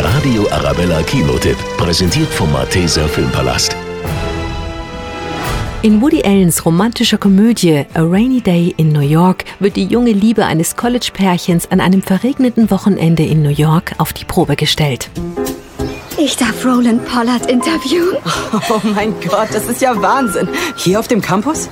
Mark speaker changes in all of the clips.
Speaker 1: Radio Arabella Kinotipp. Präsentiert vom Malteser Filmpalast.
Speaker 2: In Woody Allens romantischer Komödie A Rainy Day in New York wird die junge Liebe eines College-Pärchens an einem verregneten Wochenende in New York auf die Probe gestellt.
Speaker 3: Ich darf Roland Pollard interviewen.
Speaker 4: Oh mein Gott, das ist ja Wahnsinn. Hier auf dem Campus?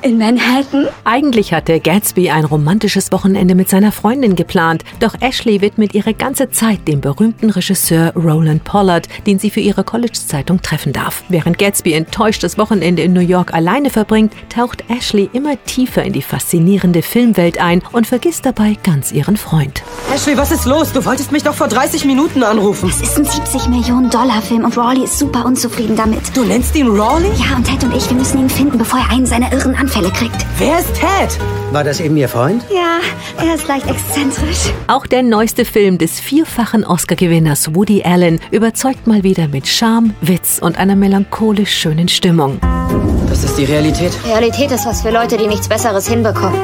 Speaker 3: In Manhattan?
Speaker 2: Eigentlich hatte Gatsby ein romantisches Wochenende mit seiner Freundin geplant, doch Ashley widmet ihre ganze Zeit dem berühmten Regisseur Roland Pollard, den sie für ihre College-Zeitung treffen darf. Während Gatsby enttäuscht das Wochenende in New York alleine verbringt, taucht Ashley immer tiefer in die faszinierende Filmwelt ein und vergisst dabei ganz ihren Freund.
Speaker 4: Ashley, was ist los? Du wolltest mich doch vor 30 Minuten anrufen.
Speaker 3: Das ist ein 70 Millionen Dollar Film und Rawley ist super unzufrieden damit.
Speaker 4: Du nennst ihn Rawley?
Speaker 3: Ja, und Ted und ich, wir müssen ihn finden, bevor er einen seiner irren Anfälle kriegt.
Speaker 4: Wer ist Ted?
Speaker 5: War das eben Ihr Freund?
Speaker 3: Ja, er ist leicht exzentrisch.
Speaker 2: Auch der neueste Film des vierfachen Oscar-Gewinners Woody Allen überzeugt mal wieder mit Charme, Witz und einer melancholisch schönen Stimmung.
Speaker 4: Das ist die Realität.
Speaker 6: Realität ist was für Leute, die nichts Besseres hinbekommen.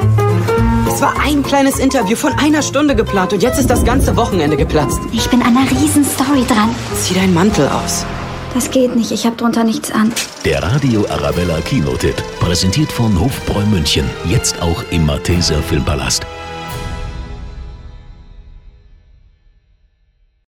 Speaker 4: Es war ein kleines Interview von einer Stunde geplant und jetzt ist das ganze Wochenende geplatzt.
Speaker 3: Ich bin an einer riesen Story dran.
Speaker 4: Zieh deinen Mantel aus.
Speaker 3: Das geht nicht, ich habe drunter nichts an.
Speaker 1: Der Radio Arabella Kinotipp. Präsentiert von Hofbräu München. Jetzt auch im Malteser Filmpalast.